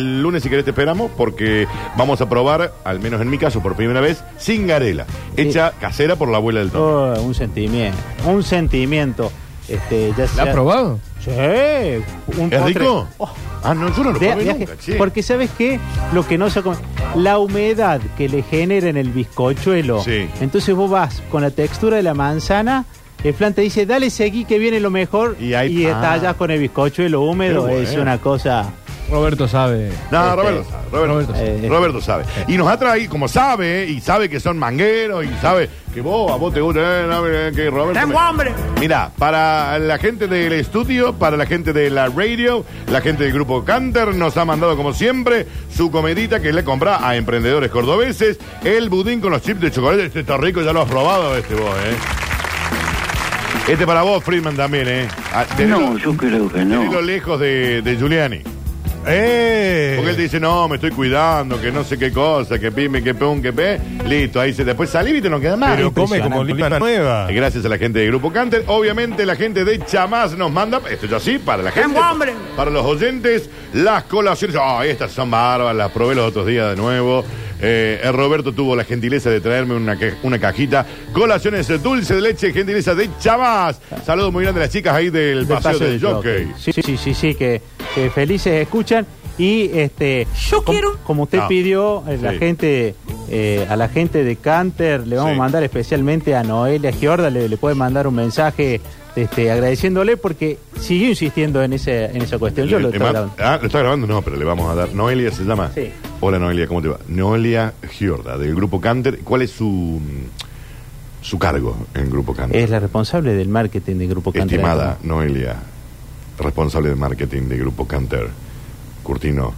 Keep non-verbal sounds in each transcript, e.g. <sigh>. El lunes, si querés, te esperamos porque vamos a probar, al menos en mi caso, por primera vez, cingarela, hecha casera por la abuela del Toto. Oh, un sentimiento, un sentimiento. Este, ya ¿La sea- has probado? Sí. un ¿Es postre. rico? Oh, Ah, no, yo no lo de- probé viaje- nunca, che. Porque sabes qué, lo que no se come, la humedad que le genera en el bizcochuelo. Sí. Entonces vos vas con la textura de la manzana, el flan te dice, dale seguí que viene lo mejor Y ahí- ah. estallas con el bizcochuelo húmedo, Qué es bueno. una cosa. Roberto sabe. No, Este, Roberto sabe, Roberto, Roberto sabe. Eh. sabe. Roberto sabe. Y nos ha traído, como sabe, eh, y sabe que son mangueros, y sabe que vos, a vos te gusta, eh, no, eh, que Roberto... me- hambre! Mira, para la gente del estudio, para la gente de la radio, la gente del grupo Canter nos ha mandado como siempre su comedita que le compra a emprendedores cordobeses, el budín con los chips de chocolate. Este está rico, ya lo has probado este vos, ¿eh? Este para vos, Friedman, también, ¿eh? Ah, tenelo- No, yo creo que no. tenelo lejos de, de Giuliani. ¡Eh! Porque él dice, no, me estoy cuidando, que no sé qué cosa, que pime, que peón, que pe. Listo, ahí se, después salí y te no queda más. Pero come como lipa nueva. Gracias a la gente de Grupo Canter. Obviamente la gente de Chamás nos manda, esto es así, para la gente, para los oyentes, las colaciones. Ah, estas son bárbaras, las probé los otros días de nuevo. Eh, el Roberto tuvo la gentileza de traerme una, ca- una cajita. Colaciones de dulce de leche, gentileza de Chamás. Saludos muy grandes a las chicas ahí del del paseo, paso del del jockey. jockey. Sí, sí, sí, sí, que, que felices escuchan. Y este, Yo com- quiero- como, usted No. pidió, eh, la Ah. Sí. gente, eh, a la gente de Canter le vamos Sí. a mandar especialmente a Noelia Giorda, le, le puede mandar un mensaje este, agradeciéndole porque siguió insistiendo en, ese, en esa cuestión. Yo Le- lo le estaba mand- hablando. Ah, ¿lo está grabando? No, pero le vamos a dar. Noelia se llama. Sí. Hola Noelia, ¿cómo te va? Noelia Giorda, del Grupo Canter. ¿Cuál es su mm, su cargo en el Grupo Canter? Es la responsable del marketing del Grupo Canter. Estimada Noelia, responsable de marketing de Grupo Canter. Curtino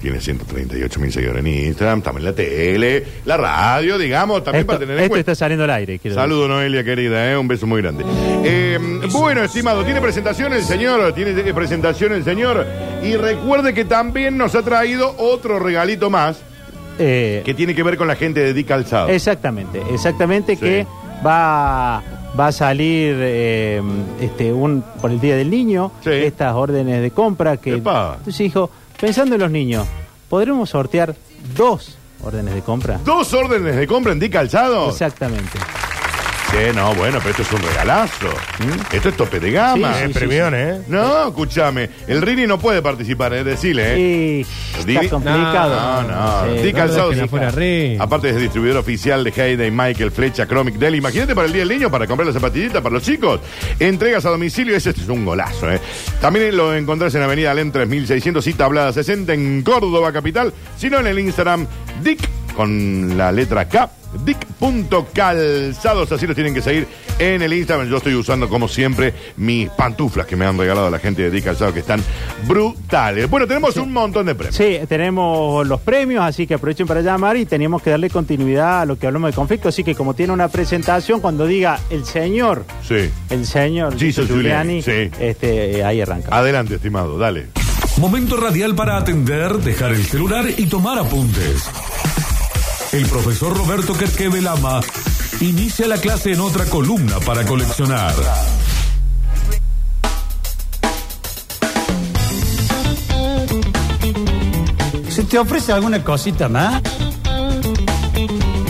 tiene 138 mil seguidores en Instagram, también la tele, la radio, digamos, también Esto, para tener en esto cuenta. está saliendo al aire. quiero decir. Saludo Noelia querida, ¿eh? un beso muy grande. Eh, bueno, estimado, tiene presentación el señor, tiene eh, presentación el señor. Y recuerde que también nos ha traído otro regalito más Eh, que tiene que ver con la gente de Di Calzado. Exactamente, exactamente Sí. que va, va a salir eh, este, un, por el Día del Niño Sí. estas órdenes de compra que... Epa. Entonces dijo, pensando en los niños, ¿podremos sortear dos órdenes de compra? Dos órdenes de compra en Di Calzado. Exactamente. Sí, no, bueno, pero esto es un regalazo. Esto es tope de gama. Sí, Eh, sí, premión, ¿eh? No, escúchame. El Rini no puede participar, es decirle, ¿eh? Y Di- está complicado. No, no, Di Sí, Calzado que sí. la fuera re. Aparte es el distribuidor oficial de Hayday, Michael, Flecha, Chromic Deli. Imagínate para el Día del Niño, para comprar las zapatillitas para los chicos. Entregas a domicilio, ese es un golazo, ¿eh? También lo encontrás en Avenida Alem 3600 y Tablada 60 en Córdoba Capital, sino en el Instagram Dick, con la letra K, dick.calzados. Así los tienen que seguir en el Instagram. Yo estoy usando, como siempre, mis pantuflas que me han regalado la gente de Dick Calzado, que están brutales. Bueno, tenemos un montón de premios. Sí, tenemos los premios, así que aprovechen para llamar y tenemos que darle continuidad a lo que hablamos de conflicto. Así que como tiene una presentación, cuando diga el señor, Sí. el señor Jesus Giuliani, Giuliani, sí. este, ahí arranca. Ah, Adelante, estimado, dale. Momento radial para atender, dejar el celular y tomar apuntes. El profesor Roberto Kerkeve Lama inicia la clase en otra columna para coleccionar. ¿Se te ofrece alguna cosita más?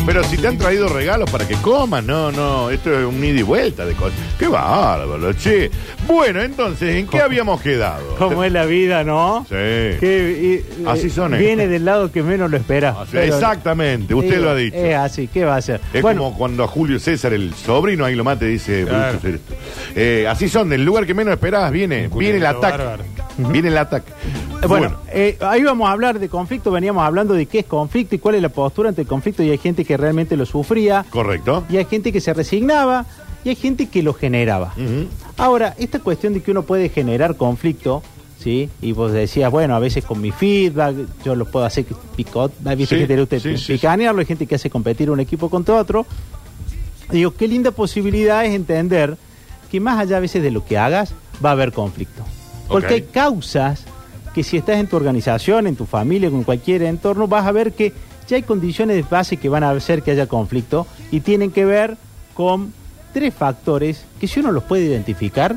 Pero si te han traído regalos para que comas, no, no, esto es un ida y vuelta de cosas. Qué bárbaro, che. Bueno, entonces, ¿en qué habíamos quedado? Como es la vida, ¿no? Sí. Que, eh, Así eh, son, eh. Viene del lado que menos lo espera. eh, O sea, Exactamente, usted lo ha dicho. Es así, ¿qué va a hacer? Es bueno, como cuando a Julio César, el sobrino, ahí lo mate, dice. Claro. "Brutus eres tú". Eh, así son, del lugar que menos esperabas viene, Un viene el culero ataque. bárbaro. Viene el ataque. eh, bueno, eh, ahí vamos a hablar de conflicto, veníamos hablando de qué es conflicto y cuál es la postura ante el conflicto y hay gente que realmente lo sufría correcto. y hay gente que se resignaba y hay gente que lo generaba. Ujú. Ahora, esta cuestión de que uno puede generar conflicto, ¿sí? Y vos decías, bueno, a veces con mi feedback yo lo puedo hacer que picot, ¿viste Sí, que te gusta sí, sí, picanearlo? Hay gente que hace competir un equipo contra otro. Digo, qué linda posibilidad es entender que más allá a veces de lo que hagas, va a haber conflicto. Porque Ok. hay causas que si estás en tu organización, en tu familia, con cualquier entorno, vas a ver que ya hay condiciones de base que van a hacer que haya conflicto y tienen que ver con tres factores que si uno los puede identificar,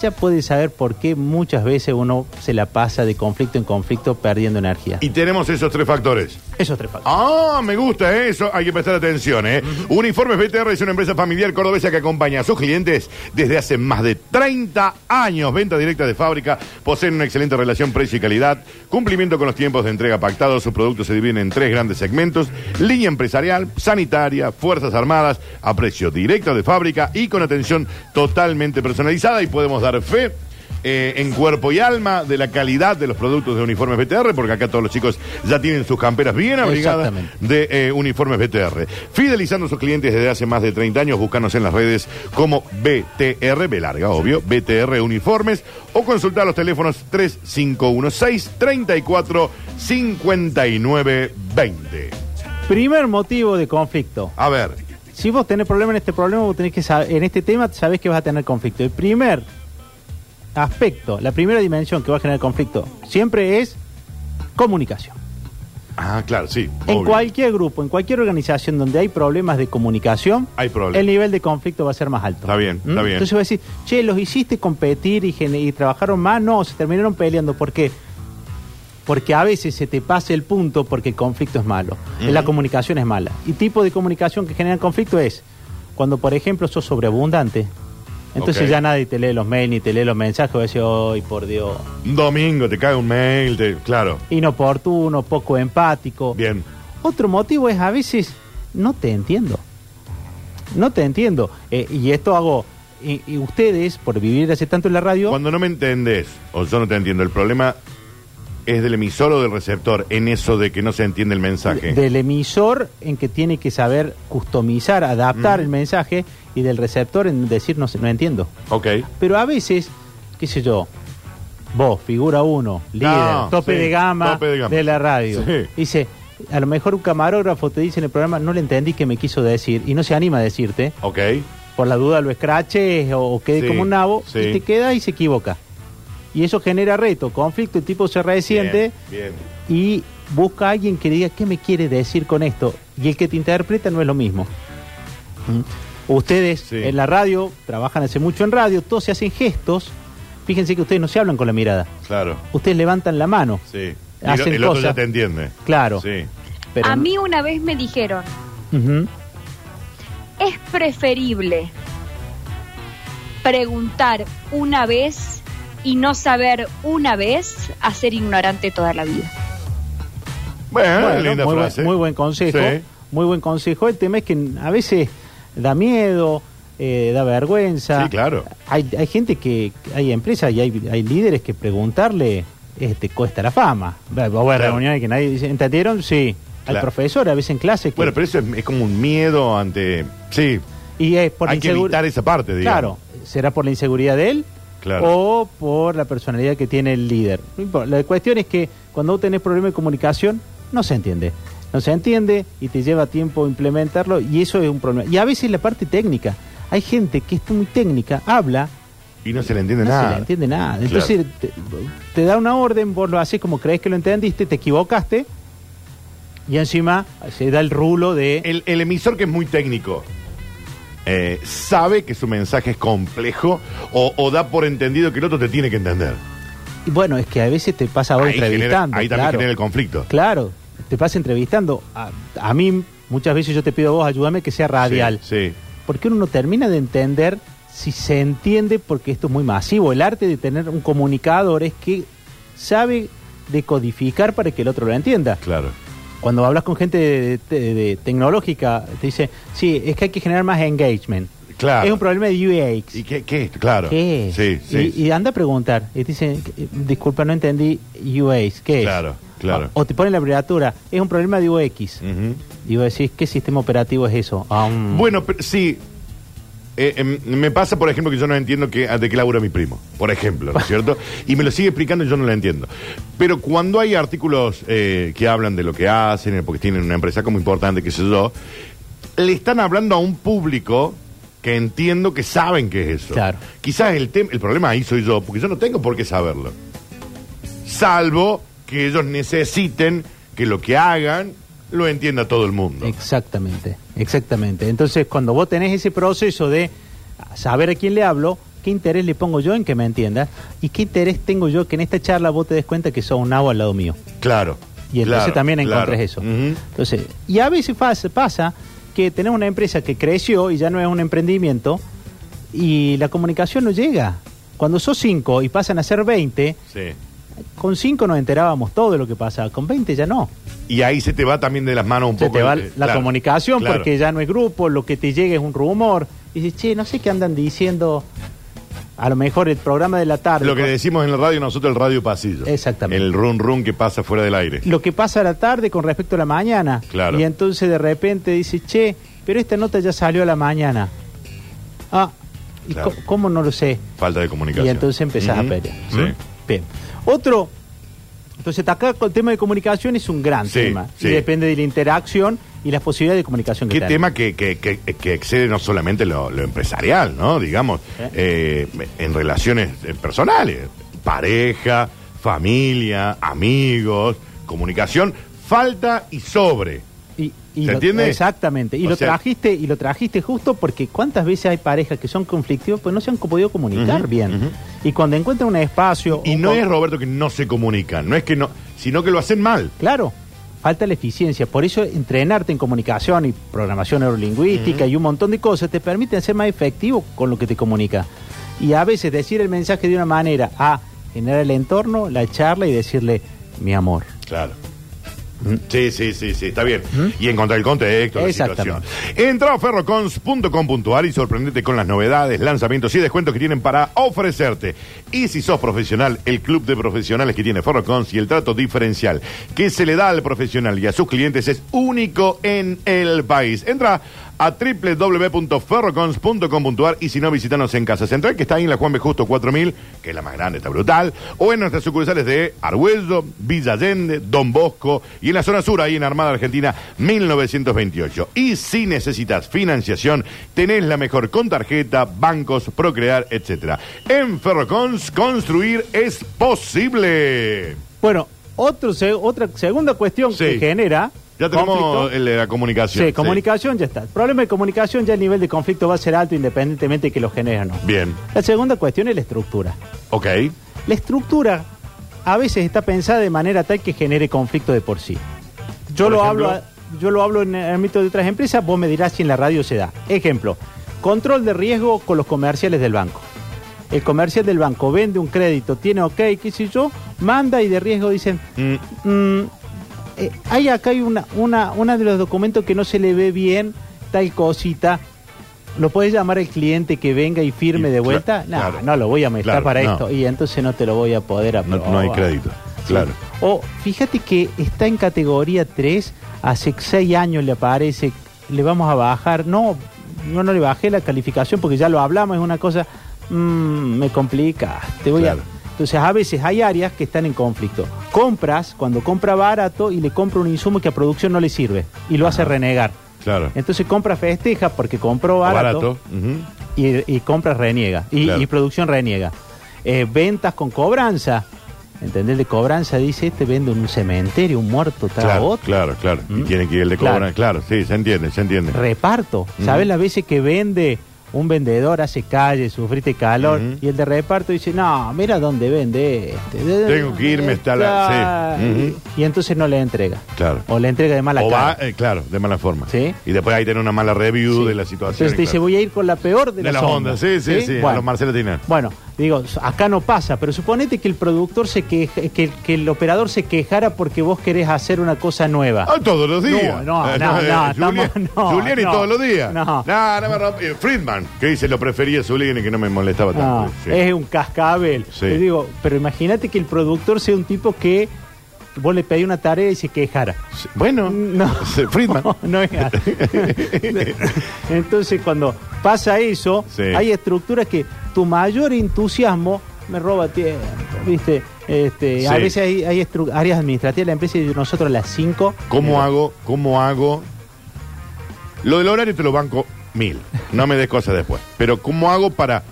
ya puede saber por qué muchas veces uno se la pasa de conflicto en conflicto perdiendo energía. Y tenemos esos tres factores. Esos tres factores. Ah, me gusta eso. Hay que prestar atención, ¿eh? Uniformes BTR es una empresa familiar cordobesa que acompaña a sus clientes desde hace más de 30 años. Venta directa de fábrica, poseen una excelente relación precio y calidad, cumplimiento con los tiempos de entrega pactados. Sus productos se dividen en tres grandes segmentos: línea empresarial, sanitaria, fuerzas armadas, a precio directo de fábrica y con atención totalmente personalizada. Y podemos dar fe eh, en cuerpo y alma de la calidad de los productos de uniformes BTR, porque acá todos los chicos ya tienen sus camperas bien abrigadas Exactamente. de eh, uniformes BTR. Fidelizando a sus clientes desde hace más de 30 años, búscanos en las redes como BTR, B larga, obvio, BTR Uniformes, o consultar los teléfonos 3516 34 59 20. Primer motivo de conflicto. A ver, Si vos tenés problema en este problema, vos tenés que saber, en este tema sabés que vas a tener conflicto. El primer aspecto, la primera dimensión que va a generar conflicto, siempre es comunicación. ah, claro, sí. En obvio. cualquier grupo, en cualquier organización donde hay problemas de comunicación, Hay problemas. el nivel de conflicto va a ser más alto. ¿Mm? Está bien, está bien. Entonces va a decir, che, los hiciste competir y, gene- y trabajaron más, no, se terminaron peleando. ¿Por qué? Porque a veces se te pasa el punto porque el conflicto es malo, la comunicación es mala. Y tipo de comunicación que genera conflicto es cuando, por ejemplo, sos sobreabundante. Entonces Ok. ya nadie te lee los mails ni te lee los mensajes, va a decir, ay, por Dios, Un domingo te cae un mail, te- claro. inoportuno, poco empático. Bien. Otro motivo es a veces no te entiendo. No te entiendo. Eh, y esto hago. Y, y ustedes, por vivir hace tanto en la radio, Cuando no me entendés, o yo no te entiendo, el problema es del emisor o del receptor, en eso de que no se entiende el mensaje. del emisor en que tiene que saber customizar, adaptar el mensaje, y del receptor en decir no, sé, no entiendo. ok. Pero a veces, qué sé yo, vos, figura uno, líder, No, tope, sí, de gama tope de de gama. la radio, Sí. dice, a lo mejor un camarógrafo te dice en el programa, no le entendí que me quiso decir, y no se anima a decirte, Ok. por la duda lo escraches o, o quede Sí, como un nabo, sí. y te queda y se equivoca. Y eso genera reto, conflicto, el tipo se resiente Bien. bien. y busca a alguien que diga, ¿qué me quiere decir con esto? Y el que te interpreta no es lo mismo. ¿Mm? Ustedes Sí. en la radio, trabajan hace mucho en radio, todos se hacen gestos. Fíjense que ustedes no se hablan con la mirada, Claro. ustedes levantan la mano. Sí. Y lo- Hacen el otro cosas. ya te entiende. Claro. Sí. pero- A mí una vez me dijeron, Ujú. es preferible preguntar una vez y no saber una vez a ser ignorante toda la vida. Bueno, Bueno, ¿Eh? linda muy, buen- frase. muy buen consejo. Sí. Muy buen consejo. El tema es que a veces da miedo, eh, da vergüenza. Sí, claro. Hay, hay gente que, hay empresas y hay, hay líderes que preguntarle este, cuesta la fama. Va- va- va a Claro. reuniones que nadie dice, ¿entendieron? Sí. Claro. Al profesor, a veces en clase. que- Bueno, pero eso es, es como un miedo ante. Sí. y es por hay que insegu- evitar esa parte, digamos. Claro, será por la inseguridad de él Claro. o por la personalidad que tiene el líder. No importa. La cuestión es que cuando vos tenés problema de comunicación, no se entiende. No se entiende y te lleva tiempo implementarlo y eso es un problema. Y a veces la parte técnica. Hay gente que es muy técnica, habla, Y no se le entiende no nada. se le entiende nada. Entonces te, te da una orden, vos lo haces como crees que lo entendiste, te equivocaste y encima se da el rulo de... el, el emisor que es muy técnico eh, sabe que su mensaje es complejo o, o da por entendido que el otro te tiene que entender. Y bueno, es que a veces te pasa ahora Ahí, genera- entrevistando. ahí también claro. genera el conflicto. Claro, te pasa entrevistando. A, a mí, muchas veces yo te pido a vos, ayúdame que sea radial. Sí, sí. Porque uno no termina de entender si se entiende, porque esto es muy masivo. El arte de tener un comunicador es que sabe decodificar para que el otro lo entienda. claro. Cuando hablas con gente de, de- de tecnológica, te dice, sí, es que hay que generar más engagement. Claro. Es un problema de UX. ¿Y qué, qué es? Claro. ¿Qué es? Sí, sí. Y, y anda a preguntar. Y te dicen, disculpa, no entendí UAs. ¿Qué es? Claro, claro. O, o te ponen la abreviatura. Es un problema de UX. Ujú. Y vos decís, ¿qué sistema operativo es eso? Ah, un- Mm. Bueno, pero sí. Eh, em, me pasa, por ejemplo, que yo no entiendo que, de qué labura mi primo, por ejemplo, ¿no es cierto? Y me lo sigue explicando y yo no lo entiendo. Pero cuando hay artículos eh, que hablan de lo que hacen, eh, porque tienen una empresa como importante, qué sé yo, le están hablando a un público que entiendo que saben qué es eso. Claro. Quizás el, tem- el problema ahí soy yo, porque yo no tengo por qué saberlo. Salvo que ellos necesiten que lo que hagan lo entienda todo el mundo. Exactamente, exactamente. Entonces, cuando vos tenés ese proceso de saber a quién le hablo, ¿Qué interés le pongo yo en que me entiendas? ¿Y qué interés tengo yo que en esta charla vos te des cuenta que sos un nabo al lado mío? Claro. Y entonces claro, también encontrás claro. eso. Ujú. Entonces, y a veces pasa, pasa que tenemos una empresa que creció y ya no es un emprendimiento y la comunicación no llega. Cuando sos cinco y pasan a ser 20, Sí. con cinco nos enterábamos todo de lo que pasaba, con 20 ya no. Y ahí se te va también de las manos un Se poco. te va el- la claro, comunicación claro. porque ya no es grupo, lo que te llega es un rumor. Y dices, che, no sé qué andan diciendo. A lo mejor el programa de la tarde. Lo que le decimos en la radio nosotros, el radio pasillo. Exactamente. El run run que pasa fuera del aire. lo que pasa a la tarde con respecto a la mañana. Claro. Y entonces de repente dice, che, pero esta nota ya salió a la mañana. Ah, ¿y Claro. co- ¿cómo no lo sé? Falta de comunicación. Y entonces empezás a Ujú. pelear. Sí. Bien. Otro, entonces acá el tema de comunicación es un gran Sí, tema. sí. Y depende de la interacción y las posibilidades de comunicación que Qué tenemos. tema que, que- que- que excede no solamente lo, lo empresarial, ¿no? Digamos, eh, en relaciones eh, personales, pareja, familia, amigos, comunicación, falta y sobre. Y, y ¿Se lo- entiende? Exactamente. Y O lo sea- trajiste, y lo trajiste justo porque cuántas veces hay parejas que son conflictivas pues no se han co- podido comunicar Ujú, bien. ujú. Y cuando encuentran un espacio. Y o no con- es, Roberto, que no se comunican, no es que no, sino que lo hacen mal. Claro, falta la eficiencia. Por eso entrenarte en comunicación y programación neurolingüística y un montón de cosas te permiten ser más efectivo con lo que te comunica. Y a veces decir el mensaje de una manera a generar el entorno, la charla y decirle, mi amor. Claro. ¿Mm? Sí, sí, sí, sí, está bien. Y encontrar el contexto, la situación. Exactamente. Entra a ferrocons.com.ar y sorprendete con las novedades, lanzamientos y descuentos que tienen para ofrecerte. Y si sos profesional, el club de profesionales que tiene Ferrocons y el trato diferencial que se le da al profesional y a sus clientes es único en el país. Entra a www.ferrocons.com.ar y si no, visítanos en Casa Central, que está ahí en la Juan B. Justo 4000, que es la más grande, está brutal, o en nuestras sucursales de Argüello, Villa Allende, Don Bosco y en la zona sur, ahí en Armada Argentina 1928. Y si necesitas financiación, tenés la mejor con tarjeta, bancos, Procrear, etcétera. En Ferrocons, construir es posible. Bueno, otro se- otra segunda cuestión Sí. que genera. Ya tenemos conflicto. el de la comunicación. Sí, comunicación ya está. El problema de comunicación ya el nivel de conflicto va a ser alto independientemente de que lo genere o no. Bien, La segunda cuestión es la estructura. ok. La estructura a veces está pensada de manera tal que genere conflicto de por sí. Yo Por lo ejemplo. hablo, a- yo lo hablo en el ámbito de otras empresas, vos me dirás si en la radio se da. Ejemplo, control de riesgo con los comerciales del banco. El comercial del banco vende un crédito, tiene ok, qué sé yo, manda y de riesgo dicen, Mm, Mm, eh, hay acá hay una, una, una de los documentos que no se le ve bien tal cosita. ¿Lo puedes llamar al cliente que venga y firme Y de cla- vuelta? no, claro. no lo voy a mezclar Claro, para no. esto. Y entonces no te lo voy a poder no, aprobar. no hay crédito. Sí. Claro. O fíjate que está en categoría 3, hace 6 años le aparece, le vamos a bajar. No, no, no le bajé la calificación porque ya lo hablamos, es una cosa, mm, me complica. Te voy Claro. a... Entonces a veces hay áreas que están en conflicto. Compras, cuando compra barato y le compra un insumo que a producción no le sirve y lo hace renegar. Claro. Entonces compra festeja porque compró barato, ujú. y, y compras reniega y, Claro. y producción reniega. Eh, ventas con cobranza. ¿Entendés? De cobranza dice, este vende en un cementerio, un muerto, tal Claro, otro. claro, claro. Y ¿Mm? tiene que ir el de Claro. cobrar. Claro. sí, se entiende, se entiende. Reparto. Ujú. ¿Sabes las veces que vende un vendedor, hace calle, sufriste calor? Ujú. Y el de reparto dice, no, mira dónde vende este. Tengo que irme hasta la- sí. Y- Ujú. Y entonces no le entrega. Claro. O le entrega de mala o cara. va, eh, claro, de mala forma. Sí. Y después ahí tiene una mala review de la situación. Entonces te dice, claro. voy a ir con la peor de, de las ondas. Sí, sí, sí. a Bueno. los Marcelo Tinán. Bueno, digo, acá no pasa, pero suponete que el productor se queja, que, que el operador se quejara porque vos querés hacer una cosa nueva. Ah, todos los días. <laughs> No, no, Eh, no, no, eh, estamos- <laughs> Julián- no, Juliani no. todos los días. No. no, no me rompe. Eh, Friedman, que dice, lo prefería Zuliani que no me molestaba No, tanto. Sí. Ah, Es un cascabel. Sí. Yo digo, pero imagínate que el productor sea un tipo que vos le pedís una tarea y se quejara. Sí. Bueno, No. sí, <laughs> Friedman. <laughs> no es <laughs> así. Entonces, cuando pasa eso, Sí. hay estructuras que tu mayor entusiasmo me roba tiempo, ¿viste? Este, A Sí. veces hay, hay estru- áreas administrativas de la empresa y nosotros a las 5. ¿Cómo hago? ¿Cómo hago? Lo del horario te lo banco mil. No me des cosas después. Pero ¿cómo hago para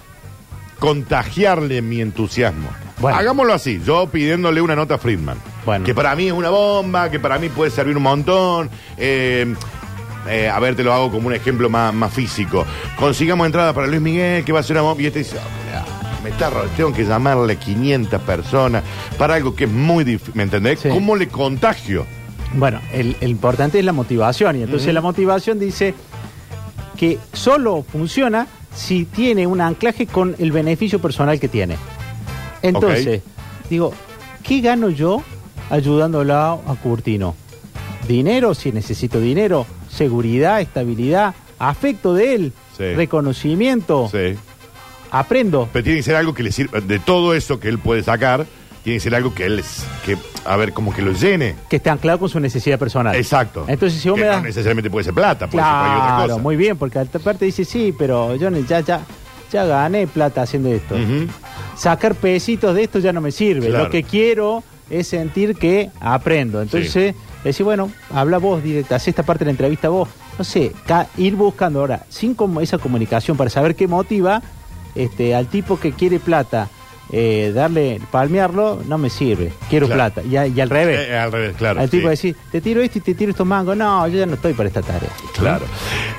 contagiarle mi entusiasmo? Bueno. Hagámoslo así, yo pidiéndole una nota a Friedman. Bueno. Que para mí es una bomba, que para mí puede servir un montón. eh, eh, a ver, te lo hago como un ejemplo más, más físico. Consigamos entrada para Luis Miguel, que va a ser una bomba. Y este dice, "Ah, mirá, me está ro- tengo que llamarle 500 personas para algo que es muy difícil. ¿Me entendés? Sí. ¿Cómo le contagio? Bueno, el, el importante es la motivación. Y entonces la motivación dice que solo funciona si tiene un anclaje con el beneficio personal que tiene. Entonces, digo, ¿qué gano yo ayudándola a Curtino? Dinero, si necesito dinero, seguridad, estabilidad, afecto de él, Sí. reconocimiento, Sí. aprendo. Pero tiene que ser algo que le sirva. De todo eso que él puede sacar, tiene que ser algo que él, s- que, a ver, como que lo llene. que esté anclado con su necesidad personal. Exacto. Entonces, si vos Que me das. No necesariamente puede ser plata, puede ser cualquier otra Claro, cosa. muy bien, porque al parte dice, sí, pero yo ne- ya, ya, ya gané plata haciendo esto. Ujú. Sacar pesitos de esto ya no me sirve. Claro. Lo que quiero es sentir que aprendo. Entonces, decir, bueno, habla vos directa, haz esta parte de la entrevista vos. No sé, ca- ir buscando ahora, sin como esa comunicación para saber qué motiva este, al tipo que quiere plata. eh, darle, palmearlo, no me sirve. Quiero Claro. plata. Y, a- y al revés. Eh, al revés, claro. Al sí. tipo decir, te tiro esto y te tiro estos mangos. No, yo ya no estoy para esta tarea. Claro.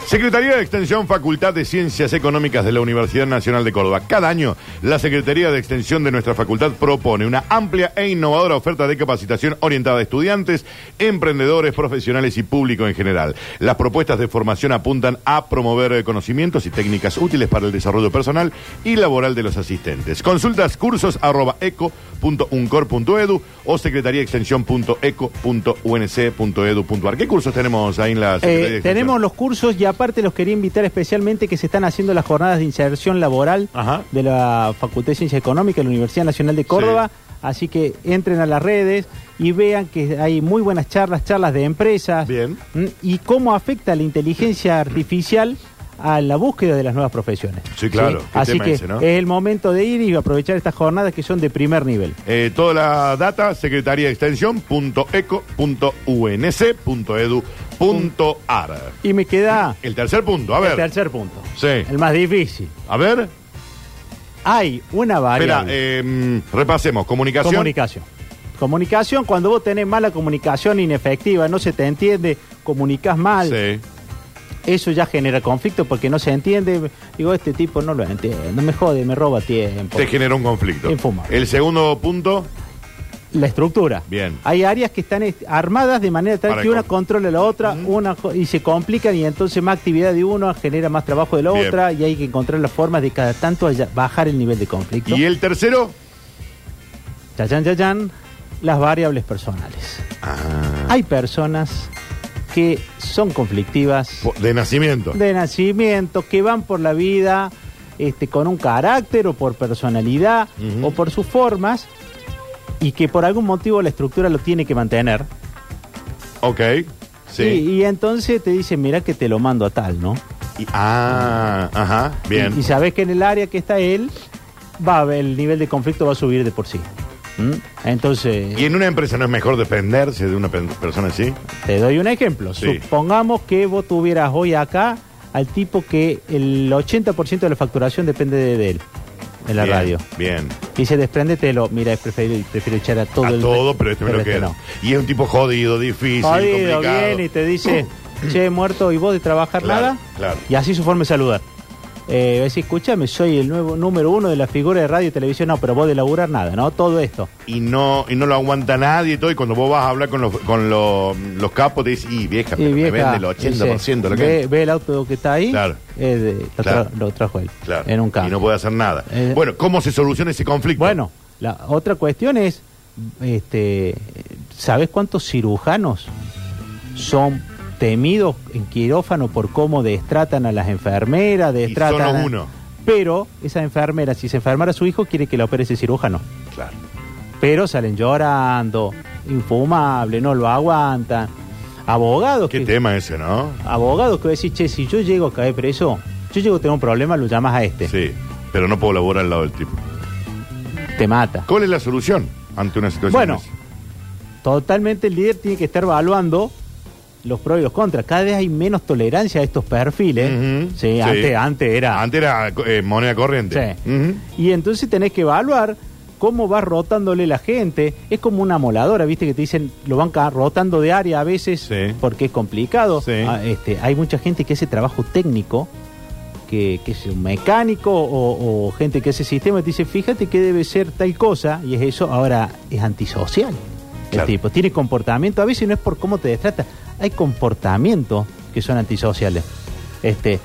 Secretaría de Extensión, Facultad de Ciencias Económicas de la Universidad Nacional de Córdoba. Cada año, la Secretaría de Extensión de nuestra facultad propone una amplia e innovadora oferta de capacitación orientada a estudiantes, emprendedores, profesionales y público en general. Las propuestas de formación apuntan a promover eh, conocimientos y técnicas útiles para el desarrollo personal y laboral de los asistentes. Consultas cursos arroba eco punto uncor punto edu o secretaría extensión punto eco punto unc punto edu punto ar. ¿Qué cursos tenemos ahí en la Secretaría de Eh, Extensión? tenemos los cursos y aparte los quería invitar especialmente que se están haciendo las jornadas de inserción laboral Ajá. de la Facultad de Ciencia Económica de la Universidad Nacional de Córdoba. Así que entren a las redes y vean que hay muy buenas charlas, charlas de empresas. Bien. Mm, Y cómo afecta la inteligencia artificial a la búsqueda de las nuevas profesiones. Sí, claro. Qué Así tema que ese, ¿no? es el momento de ir y aprovechar estas jornadas que son de primer nivel. Eh, toda la data, secretaría de extensión punto eco punto unc punto edu punto ar. Y me queda El tercer punto, a el ver. tercer punto, Sí. el más difícil. A ver. Hay una Espera, variable. eh, repasemos. Comunicación. comunicación. Comunicación, cuando vos tenés mala comunicación inefectiva, no se te entiende, comunicas mal, Sí. eso ya genera conflicto porque no se entiende. Digo, este tipo no lo entiendo, me jode, me roba tiempo. Te generó un conflicto. Infumable. El segundo punto. La estructura. Bien. Hay áreas que están est- armadas de manera tal Para que con- una controla la otra una co- y se complican y entonces más actividad de uno genera más trabajo de la Bien. otra y hay que encontrar las formas de cada tanto haya- bajar el nivel de conflicto. Y el tercero. Yayan, yayan, las variables personales. Ah, Hay personas que son conflictivas po- De nacimiento. de nacimiento, que van por la vida este, con un carácter o por personalidad Ujú. o por sus formas y que por algún motivo la estructura lo tiene que mantener. Ok. Sí. Y, y entonces te dicen, mira que te lo mando a tal, ¿no? Y- ah, ajá. Bien. Y, y sabes que en el área que está él, va a haber- el nivel de conflicto va a subir de por sí. ¿Mm? Entonces... Y en una empresa no es mejor dependerse de una pe- persona así. Te doy un ejemplo. Sí. Supongamos que vos tuvieras hoy acá al tipo que el 80% de la facturación depende de, de él, en la Bien, radio. Bien. Y se despréndetelo. Mira, prefiero, prefiero echar a todo a el todo, pero este me lo este queda. no. Y es un tipo jodido, difícil, Jodido, complicado. viene y <clears throat> te dice, che, muerto, ¿y vos de trabajar Claro, nada? claro. Y así su forma de saludar. Eh, decís, escúchame, soy el nuevo número uno de la figura de radio y televisión. No, pero vos de laburar nada, ¿no? Todo esto. Y no, y no lo aguanta nadie y todo. Y cuando vos vas a hablar con los, con los, los capos, te dicen, y vieja, Y pero vieja, me vende el 80% lo que ve, ve el auto que está ahí. Claro. eh, de- lo, Claro. tra- lo trajo él. Claro. En un cambio. Y no puede hacer nada. Eh, bueno, ¿cómo se soluciona ese conflicto? Bueno, la otra cuestión es, este, ¿sabes cuántos cirujanos son temidos en quirófano por cómo destratan a las enfermeras, destratan? son los a- uno. Pero esa enfermera, si se enfermara su hijo, quiere que la opere ese cirujano. Claro. Pero salen llorando, infumable, no lo aguantan. Abogados Qué que, tema ese, ¿no? abogados que vos decís, che, si yo llego a caer preso, yo llego a tener un problema, lo llamas a este, Sí. Pero no puedo laborar al lado del tipo. te mata. ¿Cuál es la solución ante una situación Bueno, así? totalmente el líder tiene que estar evaluando los pros y los contras. Cada vez hay menos tolerancia a estos perfiles. Ujú, sí, sí. Antes, antes era. Antes era eh, moneda corriente. Sí. Ujú. Y entonces tenés que evaluar cómo va rotándole la gente. Es como una moladora, ¿viste? Que te dicen, lo van ca- rotando de área a veces Sí. porque es complicado. Sí. Ah, este, hay mucha gente que hace trabajo técnico, que, que es un mecánico o, o gente que hace sistema, y te dice, fíjate que debe ser tal cosa, y es eso, ahora es antisocial. Claro. El tipo tiene comportamiento, a veces no es por cómo te trata, hay comportamientos que son antisociales. Este,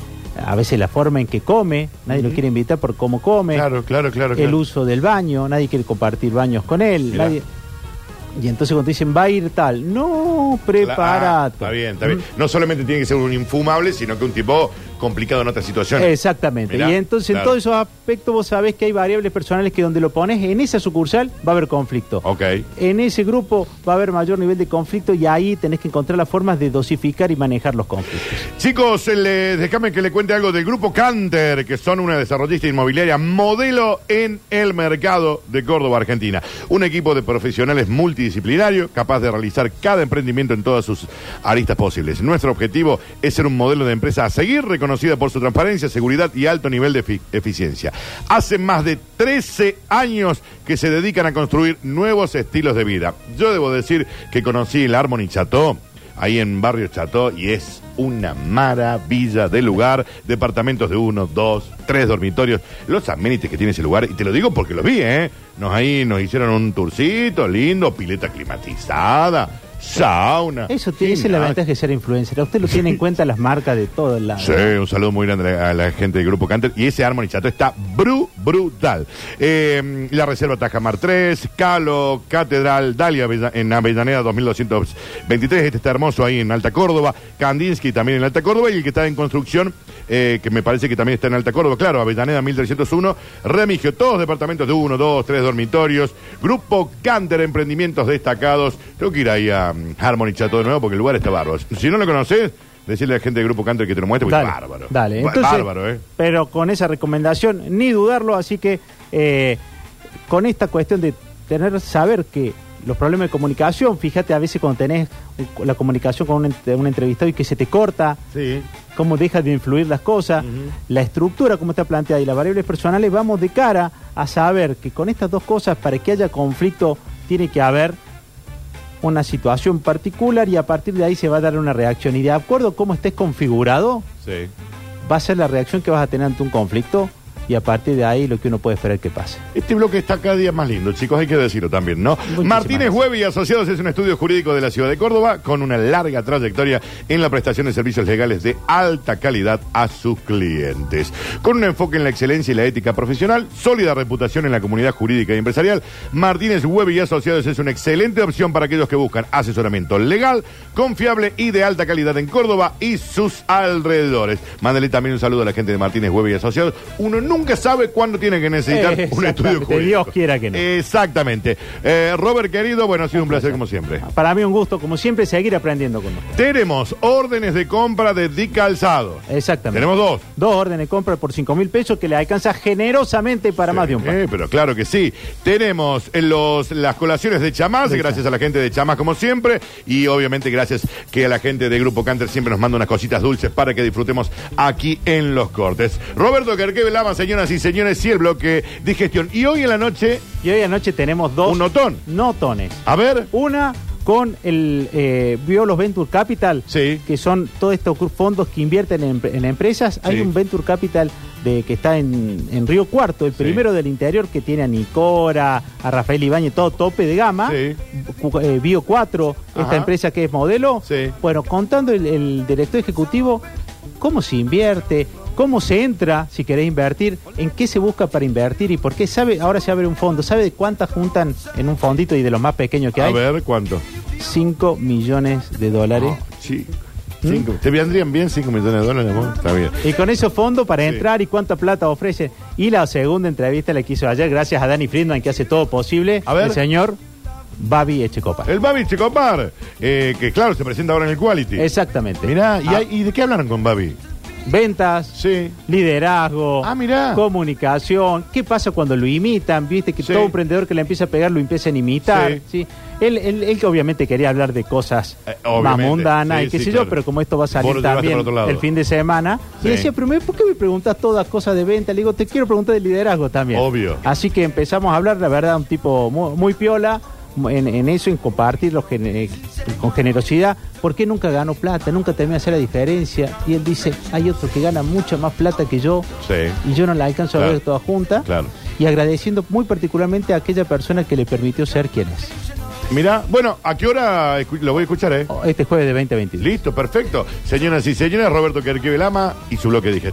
a veces la forma en que come, nadie lo quiere invitar por cómo come Claro, claro, claro. el claro. uso del baño, nadie quiere compartir baños con él. Mirá. nadie- Y entonces cuando te dicen va a ir tal, no, Cla- ah, prepárate. Mm. Está bien, está bien. No solamente tiene que ser un infumable, sino que un tipo complicado en otras situaciones. Exactamente. Mirá, y entonces en claro. todos esos aspectos vos sabés que hay variables personales que donde lo pones en esa sucursal va a haber conflicto. Ok. En ese grupo va a haber mayor nivel de conflicto y ahí tenés que encontrar las formas de dosificar y manejar los conflictos. Chicos, eh, le- déjame que le cuente algo del grupo Canter, que son una desarrollista inmobiliaria modelo en el mercado de Córdoba, Argentina. Un equipo de profesionales multidisciplinario capaz de realizar cada emprendimiento en todas sus aristas posibles. Nuestro objetivo es ser un modelo de empresa a seguir, reconocida por su transparencia, seguridad y alto nivel de efi- eficiencia. Hace más de 13 años que se dedican a construir nuevos estilos de vida. Yo debo decir que conocí el Harmony Chateau ahí en Barrio Cható y es una maravilla de lugar. Departamentos de uno, dos, tres dormitorios. Los amenities que tiene ese lugar, y te lo digo porque los vi, ¿eh? Nos ahí nos hicieron un tourcito lindo, pileta climatizada, sauna. Eso tiene, esa es la gimnasio. ventaja de ser influencer. Usted lo tiene en cuenta las marcas de todos lados. Sí, un saludo muy grande a la- a la gente del grupo Canter. Y ese Harmony Chateau está bru- brutal. Eh, la Reserva Tajamar 3, Calo, Catedral, Dalia Avella- en Avellaneda 2223. Este está hermoso ahí en Alta Córdoba. Kandinsky también en Alta Córdoba. Y el que está en construcción, eh, que me parece que también está en Alta Córdoba. Claro, Avellaneda 1301. Remigio, todos departamentos de 1, 2, 3 dormitorios. Grupo Canter, emprendimientos destacados. Tengo que ir ahí a mm, Harmony Chateau de nuevo porque el lugar está bárbaro. Si no lo conoces, decirle a la gente del Grupo Canter que te lo muestre. Uy, Dale, bárbaro. Dale, Ba- entonces. Bárbaro, ¿eh? Pero con esa recomendación, ni dudarlo, así que eh, con esta cuestión de tener, saber que los problemas de comunicación, fíjate a veces cuando tenés un- la comunicación con un, ent- un entrevistado y que se te corta, Sí. cómo deja de influir las cosas, la estructura como está planteada y las variables personales, vamos de cara a saber que con estas dos cosas, para que haya conflicto, tiene que haber una situación particular y a partir de ahí se va a dar una reacción. Y de acuerdo a cómo estés configurado, Sí. va a ser la reacción que vas a tener ante un conflicto y a partir de ahí lo que uno puede esperar que pase. Este bloque está cada día más lindo, chicos, hay que decirlo también, ¿no? Muchísimas Martínez gracias. Hueve y Asociados es un estudio jurídico de la ciudad de Córdoba con una larga trayectoria en la prestación de servicios legales de alta calidad a sus clientes. Con un enfoque en la excelencia y la ética profesional, sólida reputación en la comunidad jurídica y empresarial, Martínez Hueve y Asociados es una excelente opción para aquellos que buscan asesoramiento legal, confiable y de alta calidad en Córdoba y sus alrededores. Mándale también un saludo a la gente de Martínez Hueve y Asociados. Uno nunca sabe cuándo tiene que necesitar <laughs> un Exactamente, estudio jurídico. Dios quiera que no. Exactamente. Eh, Robert, querido, bueno, ha sido un placer como siempre. Para mí un gusto, como siempre, seguir aprendiendo con nosotros. Tenemos órdenes de compra de Dick Calzado. Exactamente. Tenemos dos. Dos órdenes de compra por 5 mil pesos que le alcanza generosamente para más de un par. Eh, pero claro que sí. Tenemos eh, los, las colaciones de Chamás, gracias a la gente de Chamás como siempre, y obviamente gracias que a la gente de Grupo Canter siempre nos manda unas cositas dulces para que disfrutemos aquí en los cortes. Roberto Querqueve Lama, señoras y señores, y el bloque de gestión. Y hoy en la noche, Y hoy anoche tenemos dos un notón. notones. A ver. Una con el eh, Biolos Venture Capital, Sí. que son todos estos cur- fondos que invierten en, en empresas. Hay Sí. un Venture Capital de, que está en, en Río Cuarto, el primero del interior, que tiene a Nicora, a Rafael Ibáñez, todo tope de gama. Sí. Cu- eh, Bio 4, Ajá. esta empresa que es modelo. Sí. Bueno, contando el, el director ejecutivo cómo se invierte, cómo se entra si querés invertir, en qué se busca para invertir y por qué sabe, ahora se abre un fondo, ¿sabe de cuántas juntan en un fondito y de los más pequeños que A hay? ver, Ah. ¿cuánto? 5 millones de dólares. Sí. Cinco. ¿Te vendrían bien 5 millones de dólares, amor? Está bien. Y con esos fondos para entrar y cuánta plata ofrece. Y la segunda entrevista la quiso ayer, gracias a Dani Friedman, que hace todo posible. A ver. El señor Babi Echecopa. El Babi eh, Checopar, eh, que claro, se presenta ahora en el Quality. Exactamente. Mirá, ¿y, Ah. hay- y de qué hablaron con Babi? Ventas, Sí. liderazgo, Ah, mirá. comunicación. ¿Qué pasa cuando lo imitan? Viste que Sí. todo emprendedor que le empieza a pegar lo empiezan a imitar. Sí. Él, él- él que obviamente quería hablar de cosas Eh, más obviamente. mundanas Sí, y qué sí, sé claro. yo, pero como esto va a Vos lo salir llevaste para también otro lado. el fin de semana, Sí. y decía, pero me- ¿por qué me preguntas todas cosas de venta? Le digo, te quiero preguntar de liderazgo también. Obvio. Así que empezamos a hablar, la verdad, un tipo muy, muy piola en, en eso, en compartirlo gene- con generosidad. ¿Por qué nunca ganó plata? Nunca terminé de hacer la diferencia. Y él dice, hay otro que gana mucha más plata que yo Sí. y yo no la alcanzo Claro. a ver toda junta. Claro. Y agradeciendo muy particularmente a aquella persona que le permitió ser quien es. Mirá, bueno, ¿a qué hora escu- lo voy a escuchar, eh? Oh, Este jueves de 2022. Listo, perfecto. Señoras y señores, Roberto Querquivelama y su bloque dije.